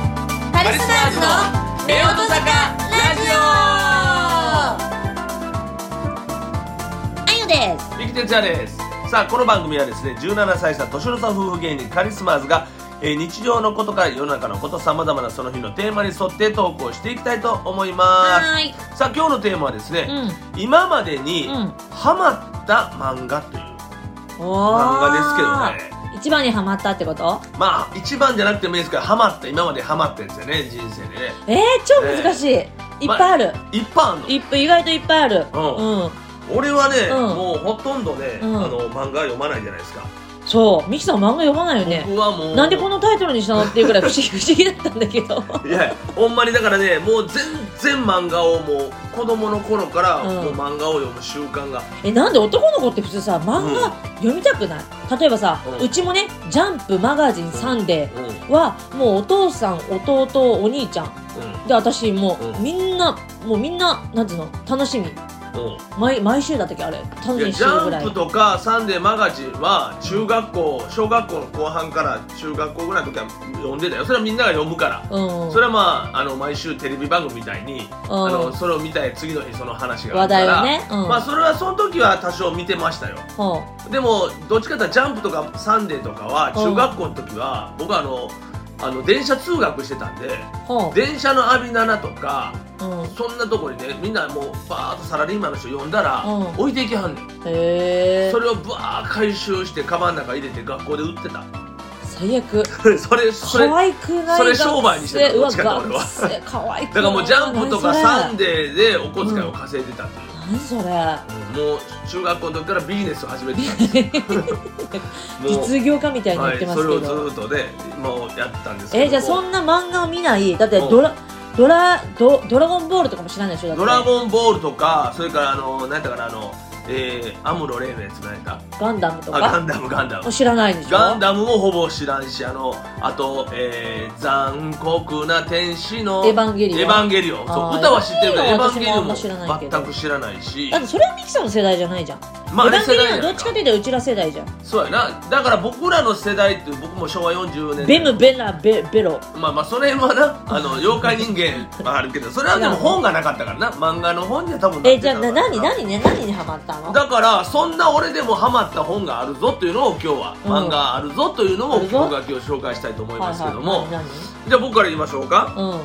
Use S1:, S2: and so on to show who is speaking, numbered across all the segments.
S1: リスナーズのレオト坂ラ
S2: あゆです
S3: ゆきてつやですさあこの番組はですね17歳差年の差夫婦芸人カリスマーズが、えー日常のことから世の中のことさまざまなその日のテーマに沿って投稿していきたいと思いま
S2: い
S3: すさあ今日のテーマはですね、
S2: う
S3: 今までに
S2: んうん
S3: ハマった漫画という
S2: お
S3: 漫画
S2: ー
S3: ですけどね
S2: 一番にハマったってこと
S3: まあ一番じゃなくてもいいですけどハマった今までハマったやつやね人生でね
S2: えー、超難しい、いっぱいある、
S3: いっぱいあんの
S2: いっぱい意外といっぱいある
S3: う
S2: うん、
S3: 俺はね、
S2: うん
S3: もうほとんどね、
S2: うん
S3: あの漫画読まないじゃないですか、
S2: そうミキさん漫画読まないよね
S3: 僕はもう
S2: なんでこのタイトルにしたのっていうぐらい不思議不思議だったんだけど
S3: いやほんまにだからねもう全然漫画をもう子供の頃から
S2: うん
S3: もう漫画を読む習慣が、
S2: えなんで男の子って普通さ漫画読みたくない、例えばさ、
S3: う
S2: うんちもね「ジャンプマガジンサンデ
S3: うんうん
S2: ー」はもうお父さん弟お兄ちゃんで私も
S3: う
S2: うんみんな、もうみんななんつうの楽しみ毎毎週だったっけあれ楽
S3: い
S2: し
S3: や
S2: み
S3: ジ
S2: してるぐ
S3: ャ
S2: ら
S3: ン
S2: い
S3: プとか「サンデーマガジン」は中学校小学校の後半から中学校ぐらいの時は読んでたよそれはみんなが読むから
S2: うん
S3: それはまああの毎週テレビ番組みたいにあ
S2: うん
S3: のそれを見たい次の日その話が
S2: 話
S3: あるか
S2: 題
S3: ら
S2: をね、うん
S3: まあそれはその時は多少見てましたよ
S2: ほ
S3: でもどっちかというとジャンプとかサンデーとかは中学校の時は僕はあのあの電車通学してたんで
S2: うほ
S3: 電車のアビナナとか
S2: う、うん、へ
S3: そんなとこにねみんなもうバーッとサラリーマンの人呼んだら
S2: うん
S3: 置いていきはんねん
S2: え
S3: それをバーッ回収してカバンの中入れて学校で売 ってた
S2: 最悪
S3: それそれ
S2: 可愛くない
S3: それ商売にしてた
S2: 学生うわ
S3: どっちかって俺は
S2: 学生可愛くない
S3: だからもうジャンプとかサン
S2: デ
S3: デーでお小遣いを稼いでたっていう、
S2: 何それ
S3: もう中学校の時からビジネスを始めてたんですもう
S2: 実業家みたいに
S3: は
S2: 言っ
S3: い
S2: てま
S3: そ
S2: す
S3: れ
S2: け
S3: を
S2: ど、
S3: ずっとねもうやってたんですけど
S2: えじゃあそんな漫画を見ないだって
S3: うん
S2: ドラドラドドラゴンボールとかも知らないでしょだって
S3: ドラゴンボールとかそれからあの何やったかなあのえー、アムロレイのやつ何やった
S2: ガンダムと
S3: あガ
S2: か
S3: ンダムガンダム
S2: も知らないでしょ
S3: ガンダムもほぼ知らんしあのあと、えー「残酷な天使の」
S2: エヴァンゲリオン
S3: エヴァンゲリオン
S2: あ
S3: そう
S2: ー
S3: 歌は知ってるけどエ
S2: エヴ
S3: ヴァン
S2: ァン
S3: ゲ
S2: ゲ
S3: リ
S2: リ
S3: オ
S2: オンは私も
S3: ンも
S2: あんま知らないけど
S3: 全く知らないし
S2: だってそれはミキさんの世代じゃないじゃん、
S3: まあ
S2: エヴァンゲリオンは
S3: 世代やな
S2: どっちかというとうちら世代じゃん
S3: そうやなだから僕らの世代って僕も昭和40年
S2: ベムベラベベロ
S3: まあまあそれはなあの妖怪人間はあるけどそれはでも本がなかったか らな漫画の本には多分なって
S2: え
S3: た
S2: じゃあ
S3: から
S2: な何何ね何にハマったの
S3: だからそんな俺でもハマった本があるぞというのを今日は、
S2: うん
S3: 漫画あるぞというのを
S2: あるぞ
S3: 僕が今日紹介したいと思いますけども、
S2: はいはい
S3: じゃあ僕から言いましょうか
S2: 何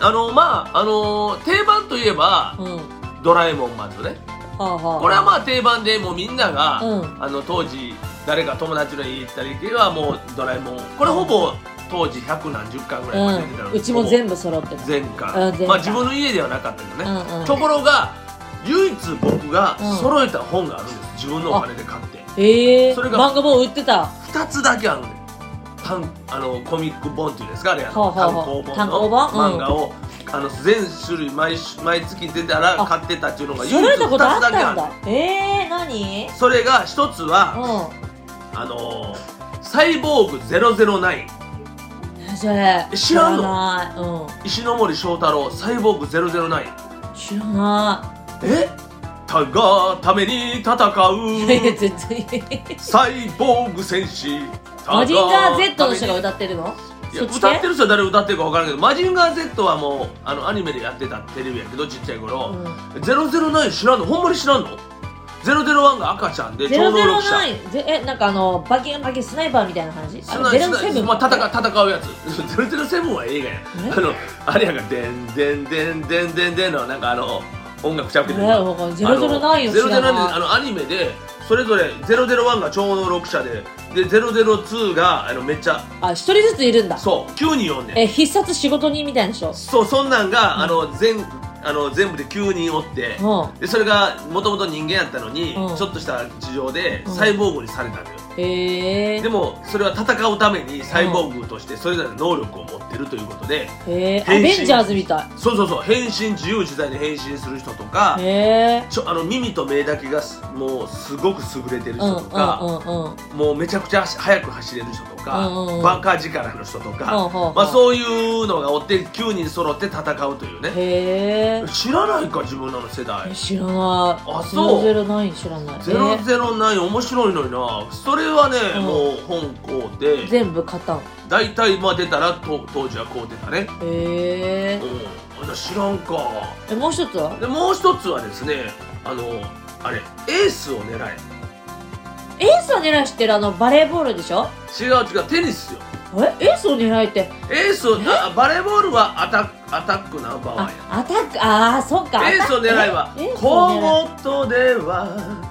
S3: あのまああの定番といえば
S2: うんうんは
S3: 「ドラえもん」まずね
S2: あはあ
S3: これはまあ定番でもうみんなが、
S2: うん
S3: あの当時誰か友達の家行ったりはもう「ドラえもん」これほぼ当時百何十巻ぐらいまで出てたの、
S2: うん、うちも全部揃ってた
S3: 全
S2: うん
S3: 巻
S2: 全巻
S3: まあ自分の家ではなかったけどね、
S2: うんうん
S3: ところが唯一僕が
S2: うん
S3: 揃えた本があるんです自分のお金で買って。
S2: ええー、
S3: それが
S2: 漫画本売ってた
S3: 2つだけあるのよ単あのコミック本っていうんですかあれや
S2: ほう
S3: の
S2: ほう
S3: 単
S2: ほ
S3: 行
S2: う
S3: 本
S2: 単行本
S3: の
S2: うん
S3: 漫画を、あの全種類毎週毎月出たら
S2: あ
S3: 買ってたっていうのが唯
S2: 揃
S3: 一
S2: えた
S3: 2
S2: こ
S3: つ
S2: とあっ
S3: だけ
S2: た
S3: あ
S2: ん
S3: る
S2: だえー、何
S3: それが1つは、
S2: う
S3: あのーサイボーグ009」
S2: んそれ
S3: え知らんの
S2: ないうん
S3: 石ノ森章太郎サイボーグ009
S2: 知らな」
S3: えたがために戦
S2: いいやいや
S3: う
S2: 絶対
S3: サイボーグ戦士
S2: マジンガー Z の人が
S3: 歌
S2: 歌ってるの
S3: いや
S2: そっち
S3: 歌って
S2: 系
S3: る人は誰歌ってるか分からんけどマジンガー Z はもうあのアニメでやってたテレビやけどちっちゃい頃、009知らんのほんまに知らんの ?001 が赤ちゃんで
S2: ゼ
S3: 超
S2: ロ
S3: 能
S2: ゼロ
S3: 力者
S2: ナインぜえなんかあのバキンバキンスナイパーみたいな話
S3: そんな
S2: あれゼロセブン
S3: まあ、戦う戦うやつ007は映画やあのあれやんかでんでんでんでんでんでんのなんかあの音楽ちゃうけど
S2: えわかんない009を知
S3: ゼロゼ
S2: ら
S3: ロ
S2: ない
S3: あのアニメでそれぞれ001が超能力者でで002があのめっちゃ
S2: あ一人ずついるんだ
S3: そう9人呼んでん
S2: え必殺仕事人みたいな人
S3: そうそんなんが、あの全あの全部で9人おって、
S2: う
S3: でそれがもともと人間やったのに、
S2: うん
S3: ちょっとした事情で
S2: うん
S3: サイボーグにされたのよ、
S2: んへえ
S3: でもそれは戦うためにサイボーグとしてそれぞれの能力を持ってるということで、
S2: へえア
S3: 変身
S2: ベンジャーズみた
S3: そうそうそう変身自由自在に変身する人とか
S2: いへえ
S3: ちょあの耳と目だけがすもうすごく優れてる
S2: うんうん
S3: 人とか、
S2: うんうん
S3: もうめちゃくちゃ足速く走れる人とか、
S2: うんうんうん
S3: バカ力の人とか、
S2: うんうんうん
S3: まあ、そういうのがおって9人揃って戦うというね。
S2: へえ
S3: 知らないか自分らの世代
S2: 知らない
S3: あそう
S2: 009知らないえ
S3: 009面白いのになストレ俺はね、
S2: うん
S3: もう本こうで
S2: 全部買ったんへ
S3: 大体まあ出たらと当時はこう出たね
S2: え
S3: うんあ知らんか
S2: えもう一つは
S3: でもう一つはですねあのあれエースを狙え
S2: エースを狙いしてるあのバレーボールでしょ
S3: 違う違うテニスよ
S2: えエースを狙いって
S3: エースをなバレーボールはアタックアタックナンバーワン
S2: あ
S3: や
S2: アタックああそっか
S3: エースを狙いは
S2: えエースを狙い
S3: コートでは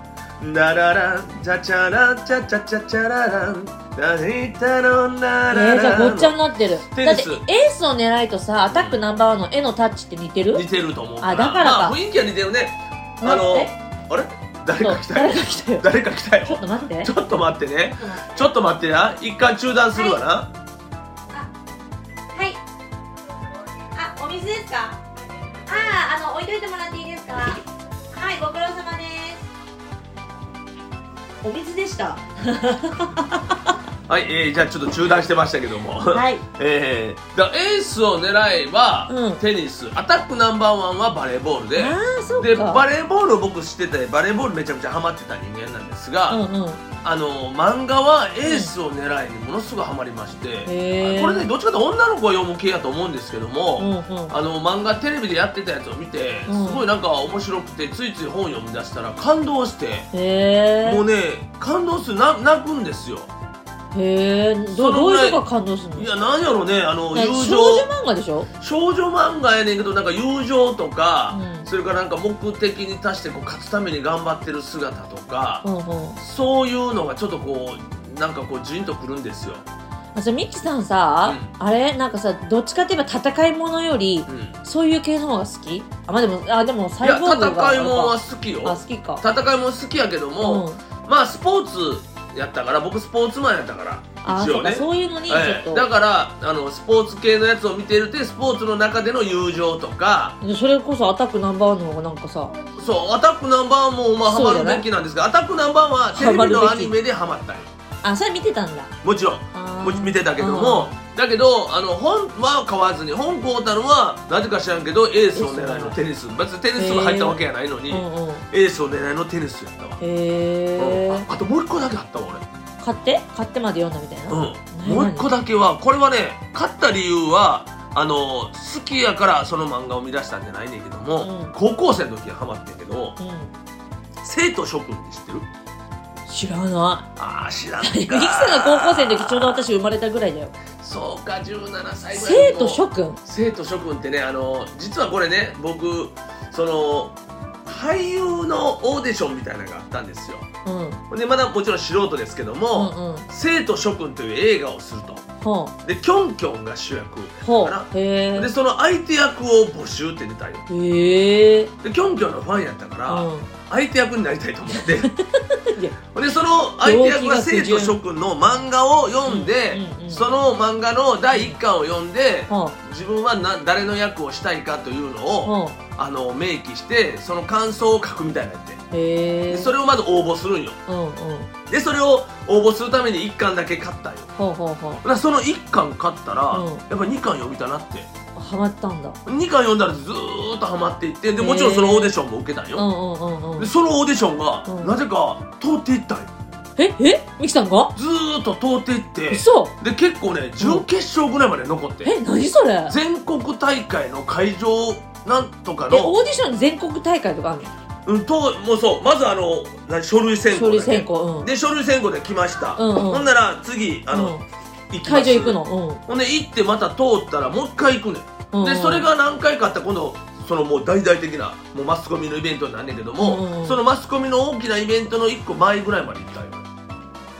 S3: ダラランチャチャラチャチャチャチャラランダリタロナラ
S2: えー、じゃ
S3: ラ
S2: あごっちゃ
S3: ン
S2: になってる
S3: テ
S2: だ
S3: ニ
S2: って
S3: ス
S2: エースを狙いとさアタックナンバーワンの絵のタッチって似てる
S3: 似てると思う
S2: あだからか
S3: まあ、雰囲気は似てるねあの
S2: え
S3: あれ誰
S2: そう
S3: か来た
S2: 誰
S3: よ
S2: か来たよ
S3: 誰か来たよ
S2: ちょっと待って
S3: ちょっと待ってねちょっと待ってな一回中断するわな、
S1: はいあお水ですかあああの置いといてもらっていいですかはいご苦労様ですお水でした
S3: はい、えー、じゃあちょっと中断してましたけども、
S2: はい
S3: えー、だエースを狙えば、
S2: うん
S3: テニスアタックナンバーワンはバレーボールで
S2: ああそ
S3: で
S2: っか
S3: バレーボールを僕知っててバレーボールめちゃくちゃハマってた人間なんですが、
S2: うんうん
S3: あの漫画はエースを狙いにものすごいハマりまして、
S2: へー
S3: これねどっちかというと女の子が読む系やと思うんですけど
S2: うん
S3: も、
S2: うん
S3: あの漫画テレビでやってたやつを見てす
S2: うん
S3: ごいなんか面白くてついつい本読み出したら感動して、
S2: へ
S3: もうね感動するな泣くんですよ
S2: えへえど
S3: その
S2: どう
S3: ぐら
S2: い
S3: いう
S2: とこが感動するの
S3: いやなんやろねあの
S2: ね
S3: 友
S2: 少
S3: 情
S2: 女漫画でしょ
S3: 少女漫画やねんけどなんか友情とか、
S2: うん
S3: それからなんか目的に達してこう勝つために頑張ってる姿とか、
S2: うんうん
S3: そういうのがちょっとこうなんかこうジンとくるんですよ、
S2: あじゃあミキさんさ、あれなんかさどっちかって言えば戦いものより
S3: うん、い
S2: そういう系の方が好きあまあでもあでもサイボ
S3: や
S2: ーグが
S3: 戦いもんは
S2: あ
S3: 好きよ
S2: れかあ好きか
S3: 戦いもん好きやけども、
S2: うん
S3: まあスポーツやったから僕スポーツマンやったから
S2: あ
S3: 一
S2: そ
S3: 応
S2: うか
S3: ね
S2: そういうのにちょ
S3: え
S2: っ
S3: え
S2: と、
S3: だからあのスポーツ系のやつを見てるってスポーツの中での友情とか
S2: でそれこそアタックナンバーワンの方がなんかさ
S3: そうアタックナンバーもまあハ
S2: そう
S3: マ
S2: じゃ
S3: る
S2: ない
S3: べきなんですがアタックナンバーはテレビのアニメでハマったり
S2: あそれ見てたんだ
S3: もちろん
S2: あ
S3: も
S2: ー
S3: ち見てたけどもだけどあの本は買わずに本買うたのはなぜか知らんけどエースを狙いのテニス別にテニスが入ったわけやないのに、
S2: うんうんへ
S3: エースを狙いのテニスやったわ、
S2: え
S3: うんああともう一個だけあったわ
S2: 買って買ってまで読んだみたいな、
S3: 俺、うん、
S2: 何
S3: もう一個だけはこれはね買った理由はあの好きやからその漫画を生み出したんじゃないねんけども、
S2: うん
S3: 高校生の時はハマってんけ
S2: う
S3: ど
S2: ん
S3: 生徒諸君って知 ってる
S2: 知らな
S3: ああ知らんか
S2: いミキさんが高校生の時ちょうど私生まれたぐらいだよ
S3: そうか17歳ぐら
S2: 生
S3: いの
S2: 徒諸君
S3: 生徒諸君ってねあの実はこれね僕その俳優のオーディションみたいなのがあったんですよ
S2: うんうん
S3: でまだもちろん素人ですけども、
S2: うん
S3: 生徒諸君という映画をすると
S2: ほ
S3: でキョンキョンが主役
S2: うほ
S3: か
S2: うへ
S3: なで
S2: え
S3: その相手役を募集って出たよ
S2: へえ
S3: でキョンキョンのファンやったから、
S2: う
S3: 相手役になりたいと思って
S2: んいや
S3: でその相手役が生徒諸君の漫画を読んで、
S2: うんうんうん
S3: その漫画の第1巻を読んで、
S2: ほう
S3: 自分はな誰の役をしたいかというのを、
S2: ほ
S3: あの明記してその感想を書くみたいなやって
S2: うへ
S3: で
S2: え
S3: それをまず応募するんよ
S2: うんうん
S3: でそれを応募するために1巻だけ買ったんよだ
S2: ほうほうほう
S3: からその1巻買ったら、
S2: うん
S3: やっぱ2巻読みたなって
S2: ハマったんだ
S3: 2巻読んだらずーっとハマっていってでもちろんそのオーディションも受けたん
S2: うん
S3: よ、
S2: うんうんう
S3: で
S2: ん
S3: そのオーディションが、
S2: うん
S3: なぜか通っていったんよ
S2: ええミキさんが
S3: ずーっと通っていって
S2: 嘘
S3: で結構ね準決勝ぐらいまで残って、
S2: え何それ
S3: 全国大会の会場なんとか
S2: え
S3: の
S2: オーディション全国大会とかあるの
S3: うんともうそうまずあの何書類選
S2: 書
S3: 考だね
S2: 類選考うん
S3: で書類選考で来ました、
S2: うんうん
S3: ほんなら次あの、
S2: うん
S3: 行きま
S2: 会
S3: す
S2: 場行くの
S3: ほんで行ってまた通ったらもう一回行くねん、
S2: うんうん
S3: でそれが何回かあったら今度そのもう大々的なもうマスコミのイベントになんねんけども、
S2: うんうん
S3: そのマスコミの大きなイベントの一個前ぐらいまで行ったよ、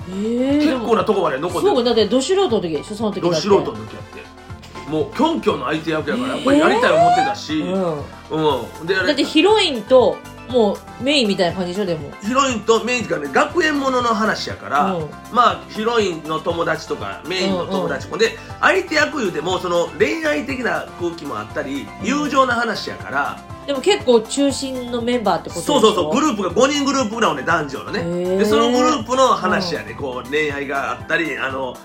S2: えー
S3: 結構なとこまで残っ
S2: すご
S3: て
S2: いだってど素人の時でしょその時だ
S3: ど
S2: って
S3: 素人の時やってもうキョンキョンの相手役やからやっぱりやりたい思ってたし、
S2: う
S3: うんであ
S2: ん、だって
S3: れ
S2: ヒロインともうメインみたいな感じでしょでも
S3: ヒロインとメインがね学園ものの話やから、
S2: うん
S3: まあヒロインの友達とかメインの友達も、で相手役言うてもその恋愛的な空気もあったり友情な話やから、
S2: でも結構中心のメンバーってことでし
S3: そ
S2: ょ
S3: うそうそうグループが5人グループぐらいのね男女の
S2: へ
S3: ね
S2: ー
S3: でそのグループの話やね、こう恋愛があったりあの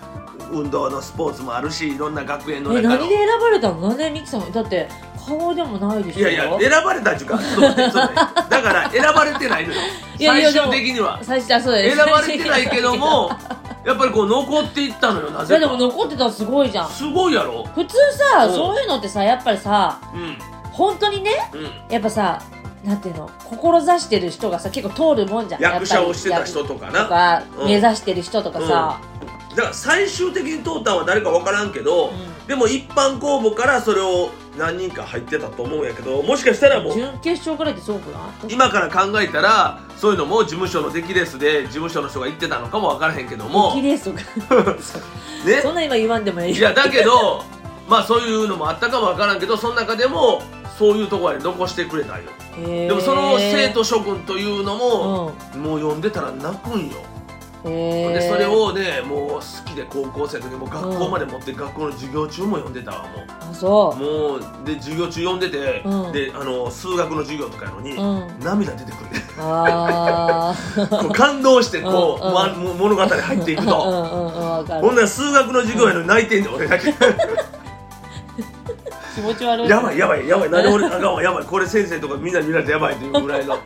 S3: 運動のスポーツもあるしいろんな学園の
S2: え
S3: 中の
S2: 何で選ばれたのなんでミキさんだって顔でもないで
S3: い
S2: しょ
S3: やいや選ばれたっていうかちょっと待ってちょっと待ってだから選ばれてないのよ
S2: いやいや
S3: 最
S2: でも
S3: 終的には
S2: 最初あそうだよ
S3: 選ばれてないけどもやっぱりこう残っていったのよない
S2: や
S3: ぜ
S2: でも
S3: か
S2: 残ってたらすごいじゃん
S3: すごいやろ
S2: 普通さ
S3: うん
S2: そういうのってさやっぱりさ
S3: うん
S2: 本当にね
S3: うん
S2: やっぱさなんていうの志してる人がさ結構通るもんじゃんやっぱ
S3: 役
S2: り
S3: 者をしてた人とかな
S2: とか、
S3: うん
S2: 目指してる人とかさ、
S3: だから最終的に通ったんは誰か分からんけ
S2: う
S3: ど、
S2: ん
S3: でも一般公募からそれを何人か入ってたと思うんやけどもしかしたらもう
S2: 準決勝からいってすごくない
S3: 今から考えたらそういうのも事務所の出来レースで事務所の人が言ってたのかも分からへんけども
S2: 綺
S3: ね
S2: 麗とかそんな今言わんでもいい
S3: いやだけど まあそういうのもあったかも分からんけどその中でもそういうところで残してくれたんよ
S2: で
S3: でもその生徒諸君というのも、
S2: うん
S3: もう読んでたら泣くんよ、
S2: へー
S3: でそれをねもう好きで高校生の時もう学校まで持って学校の授業中も読んでたわもう。
S2: あそ
S3: もうで授業中読んでて、
S2: うん
S3: であの数学の授業とかやのに、
S2: ううん
S3: 涙出てくる ね
S2: あ ー
S3: こう感動してこう、
S2: うんうん
S3: まも物語入っていく
S2: うんう
S3: と、
S2: んうんわか
S3: ほん
S2: る
S3: なら数学の授業やのに泣いてんねん俺だけ
S2: 気持ち悪い
S3: やばいやばいやばいなんで俺あかんわやばいこれ先生とかみんなに見られてやばいというぐらいの、うん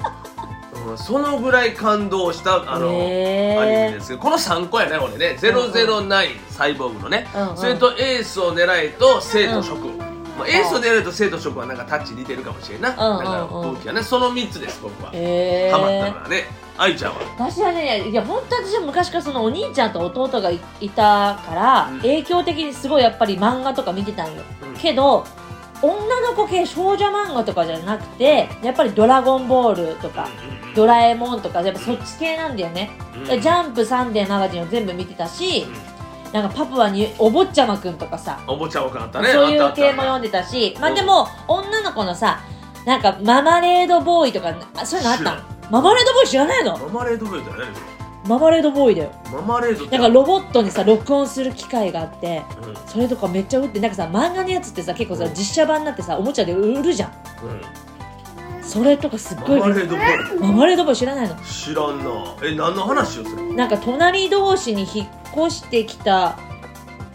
S3: そのぐらい感動したあの、
S2: へー
S3: アニメですけどこの3個やね俺ね「009、サイボーグ」のね、
S2: うんうん
S3: それと「エースを狙え」と「生徒職」
S1: うん
S3: まあ、エースを狙えと生徒職はなんかタッチ似てるかもしれんな、
S2: うんうんうん
S3: だから同期やねその3つです僕は、
S2: へー
S3: ハマったのはね愛ちゃんは
S2: 私はねいや本当私は昔からそのお兄ちゃんと弟がいいたから、
S3: うん
S2: 影響的にすごいやっぱり漫画とか見てたんよ、
S3: うん
S2: けど女の子系少女漫画とかじゃなくてやっぱり「ドラゴンボール」とか「ドラえもん」とかやっぱそっち系なんだよね、
S3: うん
S2: でジャンプサンデー」マガジンを全部見てたし、なんかパプアにお坊ちゃまくんとかさ、
S3: お坊ちゃまかあったね
S2: そういう
S3: あったあ
S2: 系
S3: っ
S2: も
S3: た
S2: 読んでたしま
S3: う
S2: あ
S3: ん
S2: でも女の子のさなんかママレードボーイとかあそういうのあっ
S3: 知
S2: た
S3: ら
S2: んママレードボーイ知らないの
S3: ママレードブルーって何
S2: ママレードボーイだよ
S3: ママレードって
S2: なんかロボットにさ録音する機械があって
S3: うんうん
S2: それとかめっちゃ売ってなんかさ漫画のやつってさ結構さ実写版になってさおもちゃで売るじゃんそれとかすっごい
S3: ママレードブルー
S2: ママレードボーイ知らないの
S3: 知らんなえ何の話よそれ
S2: なんか隣同士に引っ越してきた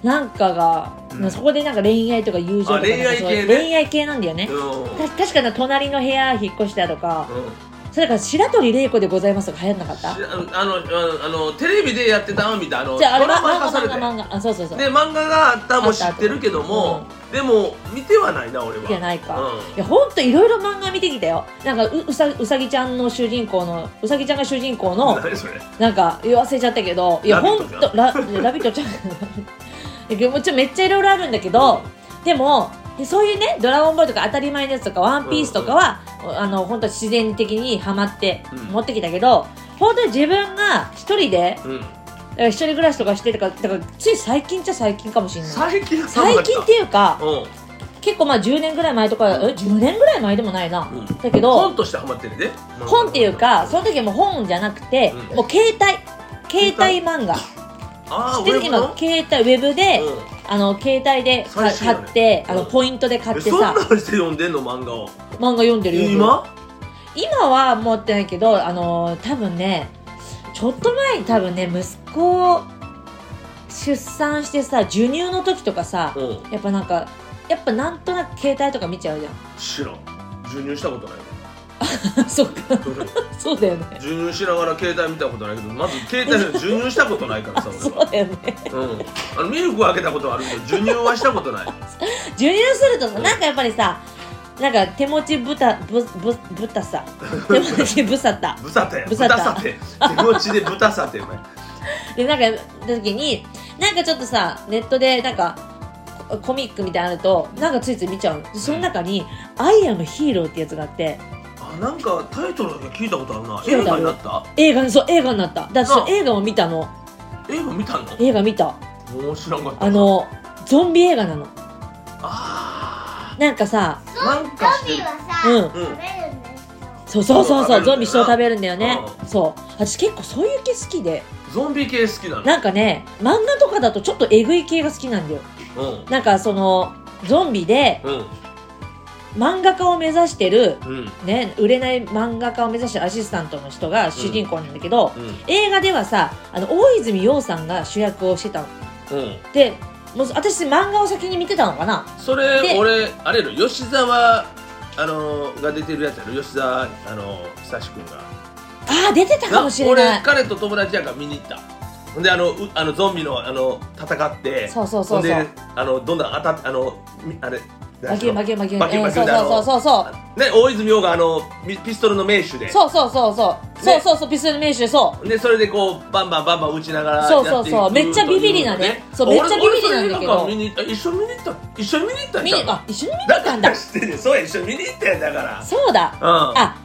S2: なんかが、
S3: うん
S2: そこでなんか恋愛とか友情とか
S3: あ恋
S2: なん
S3: 愛系ね
S2: かそういう恋愛系なんだよね、
S3: うんうん
S2: た確かな隣の部屋引っ越したとか、それから白鳥玲子でございますとか流行んなかった
S3: しあのあのあのテレビでやってたんみたいなあの
S2: じゃああれ
S3: ドラ
S2: 漫
S3: マ化
S2: 画
S3: され
S2: 漫
S3: て
S2: 画漫画あそうそうそう
S3: で漫画があったんも知ってるけど
S2: あ
S3: も
S2: っ
S3: でも見てはないな俺は
S2: 見てないか、
S3: うん
S2: いやほんといろいろ漫画見てきたよなんかううさうさぎちゃんの主人公のうさぎちゃんが主人公の
S3: 何それ
S2: なんか言わせちゃったけどいや
S3: ラビッ
S2: ほ
S3: ト
S2: んとララビットちゃんいやでもちょめっちゃいろいろあるんだけどでもでそういうね「ドラゴンボール」とか当たり前のやつとか「ワンピースとかは、あの本当自然的にはまって
S3: うん
S2: 持ってきたけど、本当に自分が一人で
S3: うん
S2: だから一人暮らしとかしてとかだからつい最近っちゃ最近かもしれない
S3: 最近寒か
S2: 最
S3: た
S2: 近っていうか
S3: うん
S2: 結構まあ10年ぐらい前とかえ10年ぐらい前でもないな、
S3: うん
S2: だけど
S3: 本としてハマってるで
S2: 本っていうかその時はもう本じゃなくて、
S3: うん
S2: もう携帯携帯漫画
S3: あ
S2: 知
S3: ー
S2: ってる
S3: 俺も
S2: 今携帯ウェブで、
S3: うん
S2: あの携帯でか
S3: 最新や
S2: 買
S3: ね
S2: って、あの
S3: うん
S2: ポイントで買っ
S3: え
S2: て
S3: そんな
S2: さ
S3: んして読んでんの漫画を
S2: 漫画読んでるよ
S3: 今
S2: 今は持ってないけどあのー多分ねちょっと前に多分ね息子を出産してさ授乳の時とかさ、
S3: うん
S2: やっぱなんかやっぱなんとなく携帯とか見ちゃうじゃ
S3: 知らん授乳したことないわ
S2: ん そっかそうだよね
S3: 授乳しながら携帯見たことないけどまず携帯 で授乳したことないからさ
S2: そ
S3: 俺
S2: う
S3: は
S2: だよね
S3: うんあのミルクをあげたことはあるけど授乳はしたこと ない
S2: 授乳するとさ
S3: うん
S2: なんかやっぱりさなんか手持ちぶたぶぶぶた さ手持ちぶさた
S3: ブサタや
S2: ブ
S3: ブ
S2: サ
S3: タ
S2: タ
S3: サテ手持ちでブタサテお前
S2: でなんかやった時になんかちょっとさネットでなんかココミックみたいなのあるとなんかついつい見ちゃうのその中に「アイアムヒーロー」ってやつがあって
S3: あなんかタイトルだけ聞いたことあるな
S2: 聞
S3: 映
S2: いた
S3: 画
S2: ことある
S3: になった
S2: 映画にそう映画になっただからその
S3: あ
S2: 映画を見たの
S3: 映画見たの
S2: 映画見た
S3: もう知らんかった
S2: あのゾンビ映画なの
S3: あ
S2: なんかさ
S3: ーなんかしてる
S1: は
S2: うん
S3: うん
S1: 食べるんです
S2: そ
S1: よ
S2: うそうそうそう、ゾ
S3: ゾ
S2: ン
S3: ン
S2: ビ
S3: ビ
S2: 人を食
S3: 食
S2: べ
S3: べ
S2: るんだよね。そう。私結構そういう系好きで。
S3: ゾンビ系好きなの
S2: なんかね、漫画とかだとちょっとえぐい系が好きなんだよ。
S3: うん
S2: なんかその、ゾンビで
S3: うん
S2: 漫画家を目指してる、
S3: うん
S2: ね、売れない漫画家を目指してるアシスタントの人が主人公なんだけど、
S3: うん
S2: 映画ではさ、あの、大泉洋さんが主役をしてたの。
S3: うん
S2: で、もう私漫画を先に見てたのかな
S3: それ
S2: で
S3: 俺あれやろ吉沢あのが出てるやつやろ吉沢あの久志君が
S2: あー出てたかもしれな
S3: 俺
S2: い
S3: 彼と友達やから見に行ったほんであのうあのゾンビのあの戦って
S2: そうそうそうそう
S3: ほんであのどんどん当たってあのみあれ
S2: バキュンバキュンバキュン
S3: バキュンバキュン
S2: えーそうそうそう
S3: ね大泉洋があのみピストルの名手で
S2: そうそうそうそうそうそうそうそうピストル名手でそう
S3: でそれでこうバンバンバンバン打ちながらやっていく
S2: そうそうそうめっちゃビビりなねそうめっちゃビビりなんだけど
S3: 俺俺それ映画館見に行った一緒に見に行った一緒に見に行ったん
S2: 見
S3: ちゃ
S2: に
S3: う
S2: あ一緒に見に行
S3: だ
S2: っ
S3: か
S2: た
S3: ら
S2: んだ
S3: 知ってるよそうや一緒に見に行ったやんだから
S2: そうだ
S3: うん
S2: あ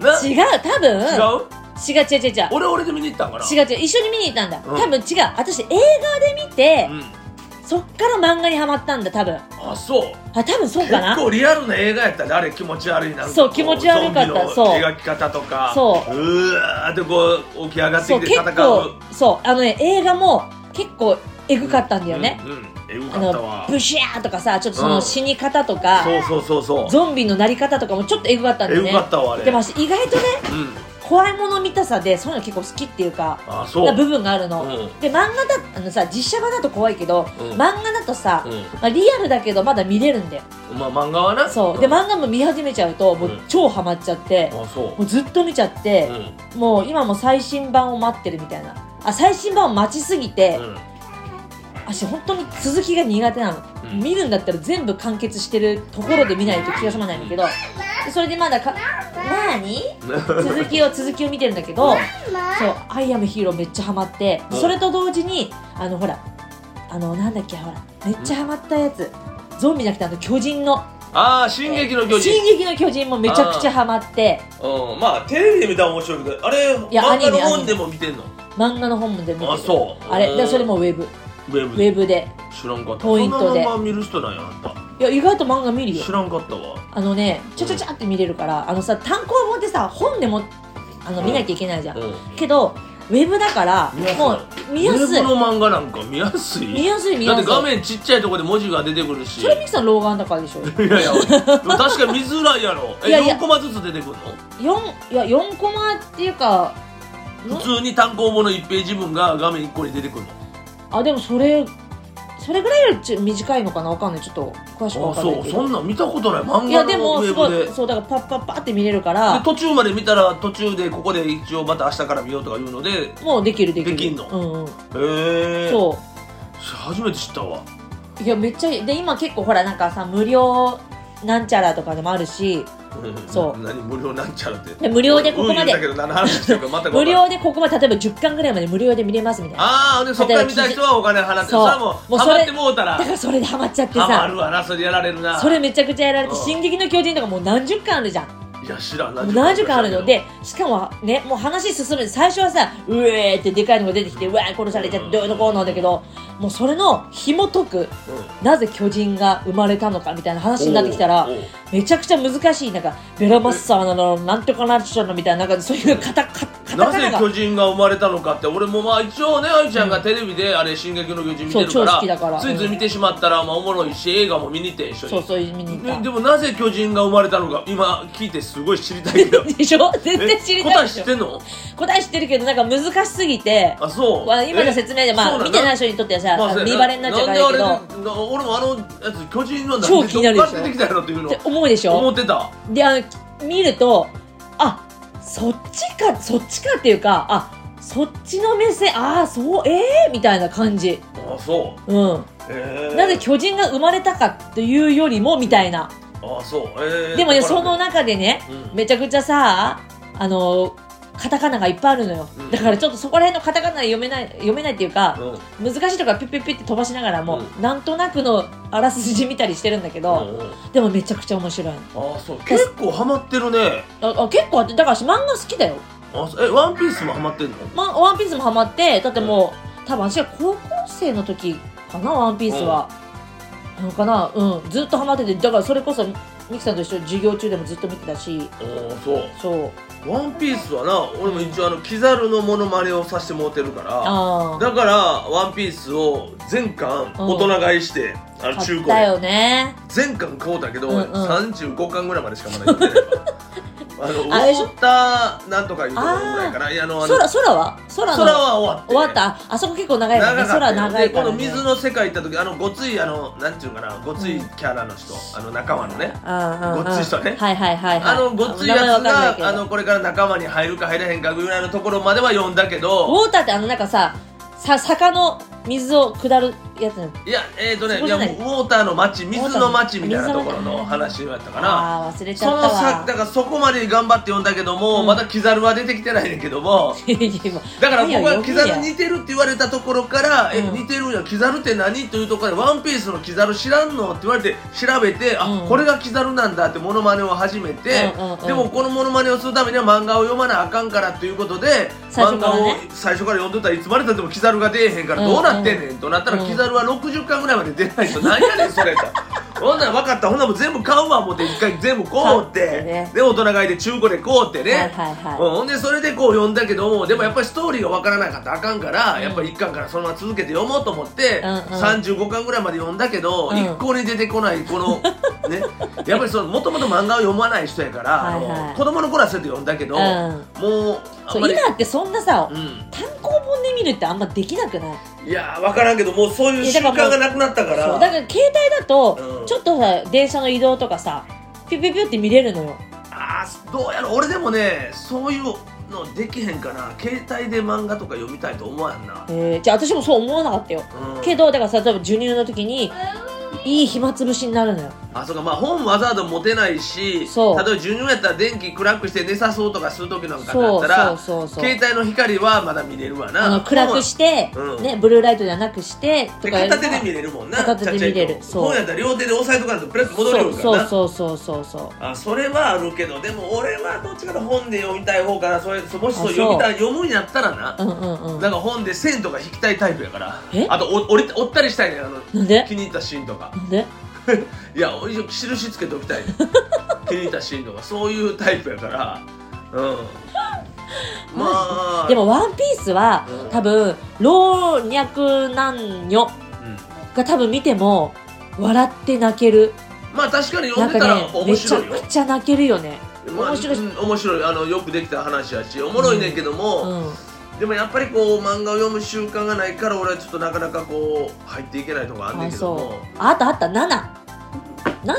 S3: な
S2: 違う多分
S3: 違う
S2: 違う違う違う違う
S3: 俺俺で見に行ったんかな
S2: 違う違う一緒に見に行ったんだ、
S3: うん
S2: 多分違う私映画で見て、
S3: うん
S2: そっから漫画にはまったんだ多分
S3: あそう
S2: あ多分そう
S3: 結
S2: かな
S3: 構リアルな映画やったであれ気持ち悪いな
S2: そう気持ち悪かった
S3: ゾン
S2: そう
S3: ビの描き方とか
S2: そう
S3: うわーってこう起き上がって
S2: そ
S3: き
S2: う
S3: て
S2: 結
S3: 戦う
S2: 構そうあのね映画も結構エグかったんだよね、
S3: うん、うんえぐ
S2: あ
S3: かった
S2: の
S3: わ
S2: ブシャーとかさちょっとそうの
S3: ん
S2: 死に方とか、
S3: そうそうそうそう
S2: ゾンビのなり方とかもちょっとエグかったんだ
S3: え
S2: よ
S3: ぐ
S2: ね
S3: かったわあれ
S2: でも私意外とね
S3: うん
S2: 怖いもの見たさでそういうの結構好きっていうか
S3: あそう
S2: な部分があるの、
S3: う
S2: で漫画だあのさ実写版だと怖いけど、
S3: うん
S2: 漫画だとさ、
S3: ん
S2: まあ、リアルだけどまだ見れるんだよ
S3: うんまあ漫画はな
S2: そうで漫画も見始めちゃうともう
S3: うん
S2: 超ハマっちゃって、
S3: あそ
S2: もうずっと見ちゃって
S3: う、ん
S2: もう今も最新版を待ってるみたいなあ最新版を待ちすぎて、
S3: うん
S2: 私本当に続きが苦手なの、
S3: うん
S2: 見るんだったら全部完結してるところで見ないと気が済まないんだけどでそれでまだかなーに 続きを続きを見てるんだけどそう「アイアムヒーロー」めっちゃハマって
S3: うん
S2: それと同時にあのほらあのなんだっけほらめっちゃハマったやつゾンビじゃなくてあの巨人の
S3: ああ進撃の巨
S2: 進
S3: 人
S2: 撃の巨人もめちゃくちゃハマって
S3: うんまあテレビで見たら面白いけどあれ漫
S2: やアニ
S3: 画
S2: メ
S3: の
S2: アニ
S3: 本
S2: メ
S3: でも見てんの
S2: 漫画の本も全部
S3: あそう
S2: あれでそれもウェブ
S3: ウェ
S2: ウ
S3: ブで
S2: ェブで
S3: 知らんかった
S2: ポイントで
S3: そんなまま見る人なんやあんた
S2: いや意外と漫画見るよ
S3: 知らんかったわ
S2: あのねちょちょちょって見れるからあのさ単行本ってさ本でもあの見なきゃいけないじゃん
S3: う
S2: けどウェブだから
S3: 見やすい
S2: もう見や
S3: ウ
S2: す
S3: ェ
S2: い
S3: ブの漫画なんか見やすい
S2: 見やすい見
S3: だっ
S2: や
S3: て
S2: すい
S3: 画面ちっちゃいとこで文字が出てくるしい
S2: それミキさん老眼だからでしょ
S3: やいやでも確かに見づらいやろえ
S2: いやいや
S3: 4コマずつ出てくる
S2: 4いや四コマっていうか
S3: の普通に単行本の1ページ分が画面1個に出てくる
S2: あでもそれそれぐらいよりち短いのかなわかんないちょっと詳しく
S3: の
S2: わ
S3: あ
S2: かんない
S3: そう
S2: け
S3: そ
S2: ど
S3: んなん見たことない漫
S2: いや
S3: 画
S2: で
S3: の
S2: も
S3: ウ
S2: す
S3: ェ
S2: ご
S3: ブで
S2: いそうだからパッパッパって見れるから
S3: で途中まで見たら途中でここで一応また明日から見ようとか言うのでへ
S2: もうできるできる
S3: できんの
S2: うんうん、
S3: え
S2: そ
S3: 初めて知ったわ
S2: ういやめっちゃいいで今結構ほらなんかさ無料なんちゃらとかでもあるしそう
S3: 何無料なんちゃらって
S2: で無料でここまで
S3: うん言うたけど何の話してるか全く分から
S2: 無
S3: ん
S2: 料でここまで例えば10巻ぐらいまで無料で見れますみたいな
S3: ああでそっから見た人はお金払ってそ
S2: そう
S3: れはもう
S2: もう
S3: ハ
S2: そ
S3: マ
S2: れ
S3: ってもうたら
S2: だからそれでハマっちゃって
S3: ハマる
S2: さ
S3: わなそれやられるな
S2: それめちゃくちゃやられて
S3: う
S2: 「
S3: ん
S2: 進撃の巨人」とかもう何十巻あるじゃん
S3: いや知らん
S2: もう何時間あるのでしかもねもう話進む最初はさうえーってでかいのが出てきてうわー殺されちゃってどういうのこうなんだけどもうそれの紐解くなぜ巨人が生まれたのかみたいな話になってきたら
S3: おうおう
S2: めちゃくちゃ難しいなんかベラマッサーなのなんとかなっちゃうのみたいななんかそういうカタカカタ
S3: な
S2: カ
S3: ぜ
S2: ナ
S3: 巨
S2: が
S3: 人が生まれたのかって俺もまあ一応ね愛ちゃんがテレビであれ「進撃の巨人」見てる
S2: そう超好
S3: か
S2: き
S3: ら
S2: だから
S3: ついつい見てしまったらまあおもろいし映画も見に行って一緒に
S2: そうそう見に行
S3: ね
S2: っ
S3: でもなぜ巨人が生まれたのか今聞いてすごい知りたいけど
S2: たでしょ全然 知りたい
S3: え答え
S2: で
S3: 知
S2: し
S3: っ
S2: ょ
S3: てんの
S2: 答え知ってるけどなんか難しすぎて
S3: あそう
S2: わ今の説明でまあ見てない
S3: い
S2: 人にとってはさあの見バレになっちゃうからやけど
S3: 俺もあのやつ巨人の
S2: 超気になるでしょ
S3: どっから出てきたやろっていうの
S2: って思うでしょ
S3: 思ってた
S2: であの見るとあそっちかそっちかっていうかあそっちの目線ああそうええー、みたいな感じ
S3: あそ
S2: うん
S3: うへえ
S2: なぜ巨人が生まれたかっていうよりもみたいな
S3: あそうへえ
S2: でもね
S3: だから
S2: その中でね
S3: うん
S2: めちゃくちゃさあのカタカナがいっぱいあるのよ、
S3: うん
S2: だからちょっとそこら辺のカタカナ読めない読めないっていうか、
S3: うん
S2: 難しいとこはピュッピュッピュって飛ばしながらも、
S3: う
S2: なんとなくのあらすじ見たりしてるんだけど、
S3: うんうん
S2: でもめちゃくちゃ面白い
S3: あそう結構ハマってるね
S2: ああ結構あってだから私漫画好きだよ
S3: あそうえワンピースもハマってんの
S2: ま、ワンピースもハマってだってもう多分私は高校生の時かなワンピースは、なのかなうんずっとハマっててだからそれこそミキさんと一緒に授業中でもずっと見てたし
S3: あそう
S2: そう
S3: ワンピースはな俺も一応あのキザルのモノマネをさせてもらってるから
S2: ああ
S3: だからワンピースを全巻大人買いしてあの
S2: 買
S3: 中
S2: っ
S3: 古
S2: た
S3: で
S2: よね
S3: 全巻買うたけど
S2: うんうん
S3: 35巻ぐらいまでしかまだ行ってないからあのウォ
S2: あれでしょ
S3: ーターなんとかいうところぐらいかないやあのあの
S2: 空空は空の
S3: 空は終わって
S2: 終わったああそこ結構長いもんね
S3: 長か
S2: 空
S3: ったよ
S2: 長いから、ね、
S3: でこの水の世界行った時あのごついあのなんていうのかなごついキャラの人、あの仲間のね
S2: うんうんうん
S3: ごっつい人ね
S2: はいはいはい、はい、
S3: あのごっついやつ
S2: 名前わかんないけど
S3: があのこれから仲間に入るか入らへんかぐらいのところまでは読んだけど
S2: ウォーターってあのなんかささ坂の水を下るやつなの
S3: いやえっ、ー、とね
S2: そこ
S3: い
S2: じゃ
S3: や
S2: ない
S3: もうウォーターの街水の街みたいなところ
S2: 水の
S3: の
S2: 街
S3: 話だったかな
S2: ああー忘れち
S3: そ
S2: ゃっ
S3: の
S2: た
S3: さ
S2: わ
S3: だからそこまで頑張って読んだけども、
S2: うん
S3: まだキザルは出てきてないねんけどもだから僕はキザル似てるって言われたところから
S2: う
S3: 「
S2: ん
S3: え似てるんやキザルって何?」というところで「ワンピースのキザル知らんの?」って言われて調べて「あ
S2: うん
S3: これがキザルなんだ」ってモノマネを始めて、
S2: うんうんうん
S3: でもこのモノマネをするためには漫画を読まなあかんからということで
S2: 最初
S3: 漫
S2: から
S3: 画
S2: ね
S3: を最初から読んでたらいつまでたってもキザルが出えへんからどうなってんねんとなったら
S2: うん
S3: キザルは60巻ぐらいまで出ないと何やねんそれと。 ほんなら分かったほんならもう全部買うわ思って一回全部こうっ
S2: 買って
S3: て
S2: ね
S3: で大人買いで中古でこうってね、
S2: はいはいはい
S3: うんほんでそれでこう読んだけどもでもやっぱりストーリーがわからなかったらあかんから、やっぱり1巻からそのまま続けて読もうと思って、
S2: うんうん
S3: 35巻ぐらいまで読んだけど、
S2: うん
S3: 一向に出てこない このねやっぱりそのもともと漫画を読まない人やから、
S2: はいはい
S3: あの子供の頃はそうやって読んだけど、
S2: う
S3: もうあん
S2: そ
S3: ま
S2: う
S3: り。
S2: 今ってそんなさ、
S3: うん
S2: 単行本で見るってあんまできなくない
S3: いやー分からんけどもうそういう
S2: い
S3: 習
S2: やだからも
S3: 慣
S2: う
S3: がなくなったから
S2: そうだから携帯だと、
S3: うん
S2: ちょっとさ電車の移動とかさピュピュピュって見れるのよ
S3: あーどうやろ俺でもねそういうのできへんかな携帯で漫画とか読みたいと思わんな、
S2: えーじゃあ私もそう思わなかったよ
S3: うん
S2: けどだからさ例えば授乳の時にいい暇つぶしになるのよ
S3: あそうかまあ本わざわざ持てないし
S2: そう
S3: 例えば授乳やったら電気暗くして寝さそうとかする時なんかだ
S2: そ
S3: った
S2: うそ
S3: ら
S2: うそうそう
S3: 携帯の光はまだ見れるわな
S2: あの暗くして、
S3: うん
S2: ね、ブルーライトじゃなくしてと
S3: で
S2: かやる
S3: 片手で見れるもんな
S2: 片手で見れる
S3: ちゃっちゃいと
S2: そう
S3: 本やったら両手で押さえとかないとプレス戻れるからな
S2: そうそうそうそうそうそう
S3: あそれはあるけどでも俺はどっちかと本で読みたい方からそれもしそう
S2: あそう
S3: 読みたい読むんやったらな、
S2: うんうんうん
S3: なんか本で線とか引きたいタイプやから
S2: え
S3: あとお折り折ったりしたいねあの
S2: なんで
S3: 気に入ったシーンとか
S2: なんで
S3: いや俺印つけてお きたい気に入ったシーンとかそういうタイプやからうんまあ
S2: で、も「ワンピースは
S3: うん
S2: 多分老若男女
S3: うん
S2: が多分見ても笑って泣ける
S3: まあ確かに
S2: な
S3: 読
S2: ん
S3: ん
S2: か
S3: でたら
S2: ね
S3: 面
S2: めちゃ
S3: 白いよ、
S2: くちゃ泣けるよね
S3: まあ、
S2: 面白いし
S3: うん面白いあのよくできた話やしおもろいねんけど
S2: う
S3: も、
S2: ん
S3: でもやっぱりこう漫画を読む習慣がないから俺はちょっとなかなかこう入っていけないとこあんねん
S2: あ
S3: けども
S2: そうああったあった77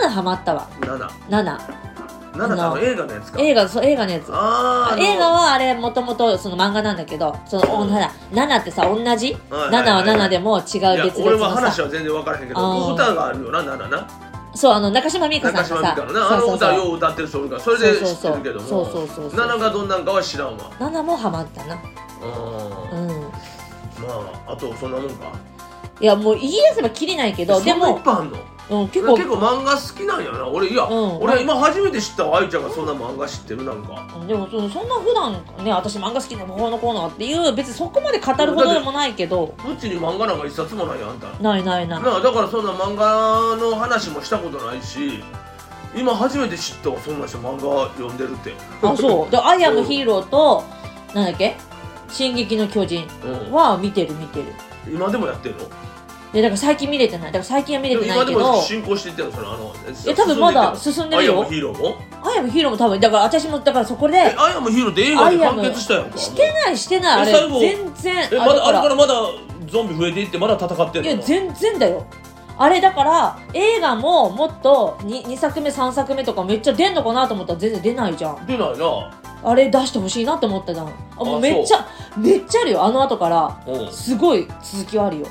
S2: ハマったわ
S3: 77
S2: 7
S3: 7
S2: あ
S3: の
S2: の
S3: 映画のやつか
S2: 映画そう映画のやつ
S3: あーあの
S2: 映画はあれもともとその漫画なんだけどその
S3: うん
S2: 女だ7ってさ同じ
S3: はいはいはい
S2: 7は7でも違
S3: いうや
S2: 別
S3: 俺
S2: 々
S3: は
S2: の
S3: 話
S2: さ
S3: は全然分からへんけ
S2: あ
S3: ど
S2: ー
S3: 歌があるよな7な
S2: そうあの中島美嘉さ
S3: 中
S2: ん
S3: 島
S2: が
S3: 美
S2: さ
S3: 嘉のねあの
S2: そう
S3: 歌
S2: そう
S3: よう歌ってる人おるからそれで知ってるけど
S2: そ
S3: も
S2: うそうそうそうそうそう
S3: 7がどんなんかは知らんわ
S2: そう7もハマったな
S3: う
S2: うんん
S3: まああとそんなもんか
S2: いやもう言い出せばきりないけどで
S3: そんないっ
S2: も、
S3: ぱいあんの
S2: うん、結
S3: 結
S2: 構
S3: 構漫画好きなんやな俺いや
S2: うん
S3: 俺今初めて知ったわあゆちゃんがそんな漫画知ってるなんか
S2: でもそのそんな普段ね私漫画好きなのこのコーナーっていう別にそこまで語るほどでもないけど
S3: うちに漫画なんか一冊もないやんあんた
S2: ないないない
S3: なあだからそんな漫画の話もしたことないし今初めて知ったわそんな人漫画読んでるって
S2: あそうで「アイアムヒーロー」となんだっけ「進撃の巨人
S3: う」ん
S2: は見てる見てる
S3: 今でもやってるの
S2: でだから最近見れてないだから最近は見れてない
S3: 今で
S2: け
S3: も
S2: ど
S3: 進行していってるのそのあの
S2: え多分まだ進んでるよ
S3: アイアムヒーローも
S2: 「アイアムヒーロー」も多分だから私もだからそこ
S3: え
S2: で
S3: アイアムヒーローって映
S2: ア
S3: 画で
S2: イア
S3: 完
S2: ム
S3: 結したやんか
S2: してないしてないあ
S3: え
S2: れ
S3: 最後
S2: 全然
S3: えま
S2: あ
S3: だあれからまだゾンビ増えていってまだ戦ってん
S2: い
S3: の
S2: や全然だよあれだから映画ももっと 2, 2作目3作目とかめっちゃ出んのかなと思ったら全然出ないじゃん
S3: 出ないな
S2: あれ出してほしいなと思ってたのあも
S3: あ
S2: うめっちゃめっちゃあるよあの後から
S3: うん
S2: すごい続きはあるよ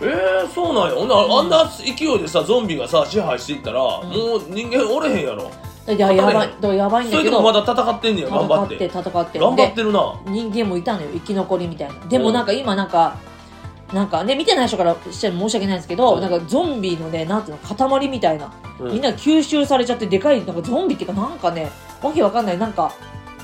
S3: えー、そうなんやほんならあんな勢いでさゾンビがさ支配していったら、
S2: ん
S3: もう人間おれへんやろ
S2: いや
S3: わ
S2: や
S3: かん
S2: ば
S3: ない
S2: いだからやばいん
S3: そ
S2: だ
S3: れ
S2: け
S3: で
S2: ど
S3: もまだ戦ってんねや頑張
S2: 戦
S3: っ
S2: って
S3: て
S2: 戦って
S3: 頑張って
S2: で
S3: るな
S2: 人間もいたのよ生き残りみたいなでもなんか今なんかなんかね見てない人からしたら申し訳ないんですけど、
S3: うん
S2: なんかゾンビのねなんていうの塊みたいな
S3: うん
S2: みんな吸収されちゃってでかいなんかゾンビっていうかなんかねわけわかんないなんか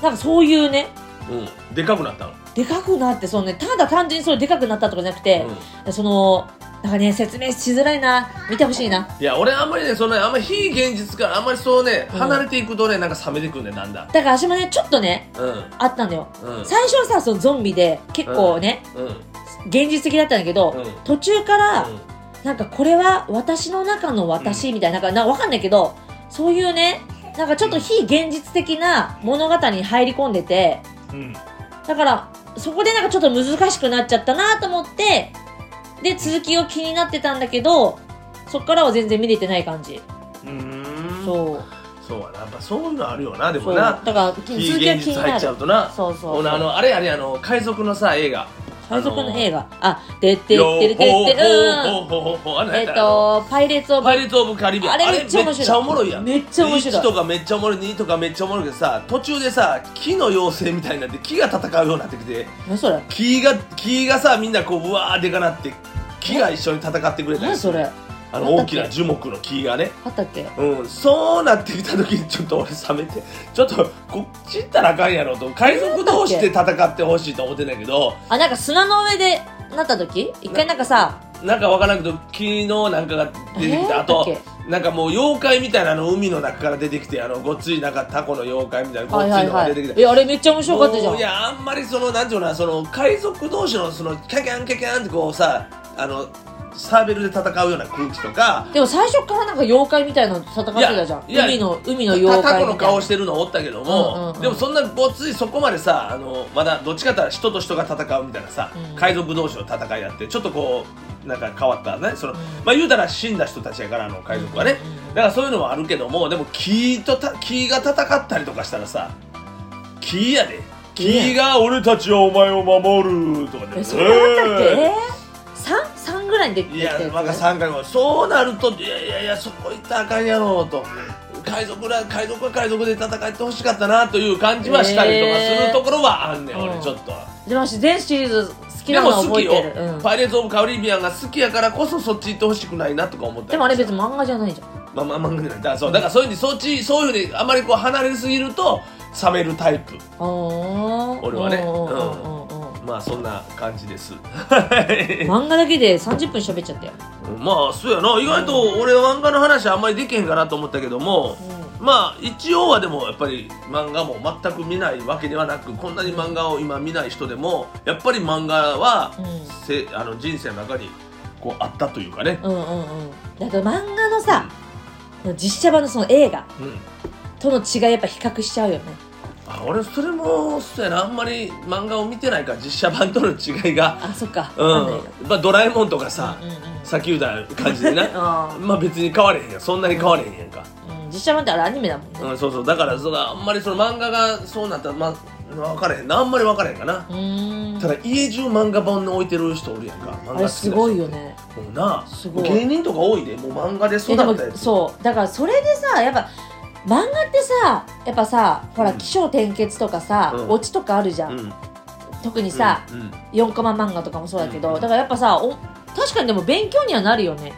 S2: なんかそういうね
S3: うん、でかくなったの、
S2: でかくなってそのねただ単純にそうでかくなったとかじゃなくて、
S3: うん
S2: そのなんかね説明しづらいな見てほしいない
S3: や俺あんまりねそんなあんまり非現実からあんまりそうね
S2: うん
S3: 離れていくとねなんか冷めてくんねんだんだん
S2: だから私もねちょっとね
S3: うん
S2: あったんだよ
S3: うん
S2: 最初はさそのゾンビで結構ね、
S3: うん
S2: 現実的だったんだけど、
S3: うん
S2: 途中から、
S3: うん
S2: なんかこれは私の中の私みたいな,、なんかなわかんないけどそういうねなんかちょっと非現実的な物語に入り込んでて
S3: うん
S2: だからそこでなんかちょっと難しくなっちゃったなと思ってで続きを気になってたんだけどそっからは全然見れてない感じ、
S3: うん
S2: そ
S3: そう
S2: う
S3: そうやなやっぱそういうのあるよなで
S2: そ
S3: も
S2: う
S3: な
S2: だから
S3: 非
S2: 続きは
S3: 現
S2: 気
S3: 実
S2: に
S3: 入
S2: な
S3: っちゃ
S2: る
S3: うとな
S2: そうそう
S3: 俺あのあれあれあの海賊のさ映画
S2: 海賊の映
S3: 画
S2: 画あでってってる
S3: よ
S2: てって
S3: ー
S2: う
S3: ほーほーほーほーほーあ
S2: ん
S3: れ
S2: え
S3: 何
S2: っ
S3: やったあの
S2: とパイレーツオブ
S3: パイレーツ・オブ・カリビアン
S2: あれめっちゃ面白い
S3: めっちゃおもろいやん
S2: めっちゃ面白い
S3: 1とかめっちゃおもろい2とかめっちゃおもろいけどさ途中でさ木の妖精みたいになって木が戦うようになってきて
S2: 何それ
S3: 木が木がさみんなこううわーでかなって木が一緒に戦ってくれたり
S2: 何
S3: す
S2: そ
S3: る
S2: れ
S3: あの大きな樹木の木がね
S2: あったっけ
S3: うん、そうなってきた時にちょっと俺冷めてちょっとこっち行ったらあかんやろと海賊同士で戦ってほしいと思ってんだけど
S2: あなんか砂の上でなった時一回なんかさ
S3: なんかわからんけど木のなんかが出てきた、
S2: えー
S3: あと
S2: だっ
S3: なんかもう妖怪みたいなの海の中から出てきてあのごっついなんかタコの妖怪みたいなご
S2: は
S3: っつ
S2: いいはい
S3: のが
S2: は
S3: 出てきて、
S2: いえあれめっちゃ面白かったじゃん
S3: もういやあんまりそのなんていうのかなその海賊同士のそのキャキャンキャキャンってこうさあのサーベルで戦うような空気とか
S2: でも最初からなんか妖怪みたいなの戦ってたじゃん
S3: いやい
S2: 海
S3: や
S2: の海の妖
S3: タ
S2: 怪
S3: コ
S2: み
S3: の
S2: たい
S3: 顔
S2: な
S3: してるのおったけども、
S2: うんうんうん
S3: でもそんなごっついそこまでさあのまだどっちかって言ったら人と人が戦うみたいなさ、
S2: うん
S3: 海賊同士の戦いやってちょっとこうなんか変わったねその、
S2: うん
S3: まあ言うたら死んだ人たちやからあの海賊はね、だからそういうのもあるけどもでも木とた木が戦ったりとかしたらさ木やで木が俺たちはお前を守るとかね
S2: えそんなだったっけえ三三ぐらいにでき
S3: い
S2: て
S3: や、なんか
S2: さ
S3: 3回もそうなるといやいやいやそこ行ったらあかんやろうと海賊ら海賊は海賊で戦ってほしかったなという感じはしたりとかするところはあんねん、
S2: えー
S3: 俺ちょっと。
S2: でも私全シリーズ好き
S3: で
S2: なのは
S3: も好
S2: 覚
S3: き
S2: え
S3: よ
S2: て、るうん
S3: パイレーツ・オブ・カリビアンが好きやからこそそっち行ってほしくないなとか思ったり
S2: でもあれ別に漫画じゃないじゃん
S3: まあまあ漫画じゃないだからそうだからそういうふうにそっちそういうふうにあまりこう離れすぎると冷めるタイプ
S2: あー
S3: 俺はね
S2: うんうん
S3: う
S2: うんうんうん
S3: まあそんな感 じです
S2: 漫画だけで30分喋っちゃったよ、
S3: まあそうやな意外と俺漫画の話あんまりできへんかなと思ったけども、まあ一応はでもやっぱり漫画も全く見ないわけではなくこんなに漫画を今見ない人でもやっぱり漫画は
S2: うん、うん
S3: せあの人生の中にこうあったというかね、
S2: うんうんうんだと漫画のさ実写版のその映画
S3: うん、
S2: との違いやっぱ比較しちゃうよね
S3: あ俺それもそうやなあんまり漫画を見てないから実写版との違いが、
S2: あそっか
S3: うん
S2: わかんないな
S3: まあ、ドラえもんとかさ、
S2: うんうんうん
S3: さっき言うた感じでな
S2: あ
S3: まあ別に変われへんやんそんなに変われへんやんか。
S2: ーうん実写版ってあれアニメだもんね
S3: うん、そうそうだからそのあんまりその漫画がそうなったら、まあ、分からへんなあんまり分からへんかな
S2: う、ー
S3: た
S2: ん
S3: だ家中漫画本に置いてる人おるやんか漫画好き
S2: あ
S3: な人
S2: れすごいよね
S3: もうな
S2: すごい
S3: 芸人とか多いでもう漫画で育
S2: え
S3: っ
S2: で
S3: た
S2: も
S3: やつ
S2: そうだからそれでさやっぱ漫画ってさやっぱさほ
S3: う
S2: ら
S3: ん
S2: 起承転結とかさ、
S3: うん
S2: オチとかあるじゃん、
S3: うん、
S2: 特にさ、
S3: うんうん
S2: 4コマ漫画とかもそうだけど、
S3: う
S2: だ
S3: ん
S2: からやっぱさお確かにでも勉強にはなるよね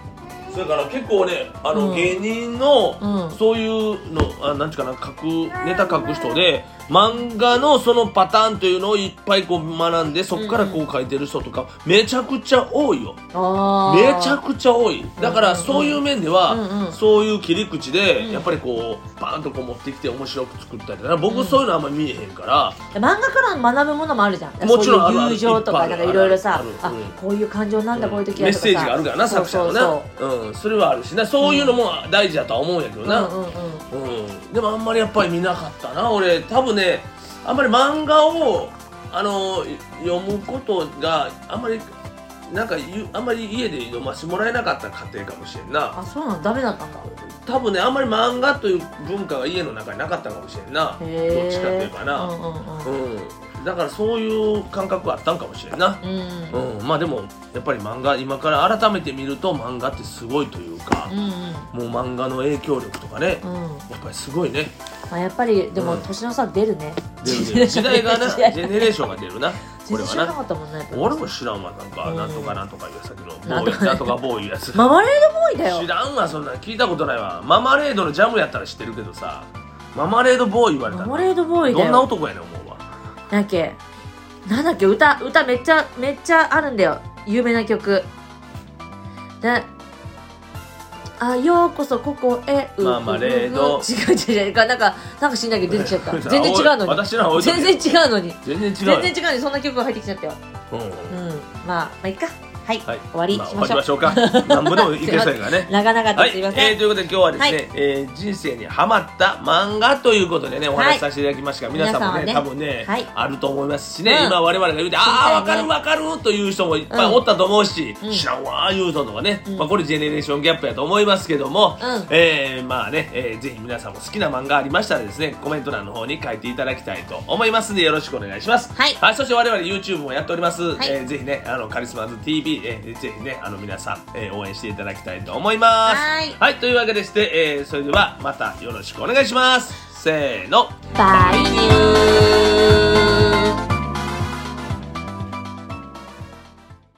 S3: それから結構ねあの、
S2: うん
S3: 芸人の、
S2: うん
S3: そういうのあなんちゅうかな書くネタ書く人で漫画のそのパターンというのをいっぱいこう学んでそこからこう書いてる人とかめちゃくちゃ多いよ
S2: あ
S3: めちゃ
S2: ゃ
S3: くちゃ多いだか
S2: う
S3: ら
S2: んうんうん
S3: そういう面では、
S2: うんうん
S3: そういう切り口で、
S2: うん
S3: やっぱりこうバーンとこう持ってきて面白く作ったりだな僕、
S2: うん
S3: そういうのあんまり見えへんから、
S2: 漫画から学ぶものもあるじゃん
S3: もちろんある
S2: そういう友情と
S3: あ
S2: かな
S3: る
S2: いんか
S3: っぱいある
S2: いろいろさ
S3: あるあ
S2: あ
S3: るうん
S2: こういう感情なんだ、こういう時
S3: メ
S2: は
S3: ッ
S2: とかさ
S3: セージがあるからな
S2: そ
S3: 作
S2: うそう
S3: 者のな
S2: そう
S3: うん、それはあるしなそういうのも大事だとは思うんやけどな、
S2: うんうんうん
S3: うん、でもあんまりやっぱり見なかったな俺多分ねあんまり漫画をあの読むことがあんまりなんかゆあんまり家で読ませてもらえなかった家庭かもしれんな
S2: あそうなのダメだったんだ
S3: 多分ねあんまり漫画という文化が家の中になかったかもしれんなど
S2: へえ
S3: っちかっていうかな、
S2: うんうんう
S3: う
S2: ん
S3: んだからそういう感覚はあったんかもしれんな、
S2: うん
S3: う
S2: うん
S3: んまあでもやっぱり漫画今から改めて見ると漫画ってすごいというか、もう漫画の影響力とかね、
S2: うんうん
S3: やっぱりすご いね
S2: まあやっぱりで
S3: う
S2: も
S3: ん
S2: 年の差出るね
S3: 出る出る時代がな
S2: 時
S3: ジ
S2: 代
S3: ェネレーションが出るなこ
S2: 全
S3: れ
S2: 然
S3: は
S2: 知らな
S3: な
S2: かったもんね
S3: 俺も知らんわなんか、
S2: うん
S3: なんとかなんとかいうさっきの
S2: な
S3: ボ
S2: ん
S3: ー
S2: とか
S3: イなんとかボーイいうやつ
S2: ママレードボーイだよ
S3: 知らんわそんなん聞いたことないわママレードのジャムやったら知ってるけどさママレードボーイ言われた
S2: マ
S3: ら
S2: マレードボーイだ
S3: どんな
S2: よ
S3: 男やねん思うわ
S2: なんだっけなんだっけ歌歌めっちゃめっちゃあるんだよ有名な曲であようこそここへう
S3: ママレード
S2: う違う違う違うなんかなんか知んないけど出てきちゃっ た全然違う
S3: おい
S2: のに
S3: 私らは置いとけ
S2: 全然違うのに
S3: 全然違うよ
S2: 全然違うのにそんな曲が入ってきちゃったよ
S3: うん
S2: うんまあまあいっか
S3: う
S2: はい、
S3: はい、
S2: 終わり
S3: まあ
S2: し
S3: 終
S2: ま
S3: わ
S2: し
S3: り
S2: ょう
S3: ましょうか。なんぼでもいけそうやか らね。
S2: 長々
S3: は
S2: と
S3: い、
S2: す
S3: え
S2: いません、
S3: ーということで今日はですね、
S2: はい
S3: えー人生にハマった漫画ということでねお話しさせていただきましたが、皆さんもね
S2: 皆さ
S3: 多
S2: んはね
S3: 分ね、
S2: はい
S3: あると思いますしね、
S2: うん
S3: 今我々が言うて、ああ
S2: 知り
S3: わか
S2: たい
S3: る
S2: ね
S3: わかるという人もいっぱいおったと思うし、
S2: うん
S3: 知らんわーいう人とかね、
S2: うん
S3: まあ、これジェネレーションギャップやと思いますけども、
S2: うん
S3: えーまあね、えーぜひ皆さんも好きな漫画ありましたらですねコメント欄の方に書いていただきたいと思いますのでよろしくお願いします。
S2: はい
S3: はい、そして我々 YouTube もやっております。
S2: い
S3: えーぜひね、あのカリスマズ TV、えーぜひね、あの皆さん、えー応援していただきたいと思います。
S2: はい
S3: というわけでして、えーそれではまたよろしくお願いします。せーの。
S2: バイニュー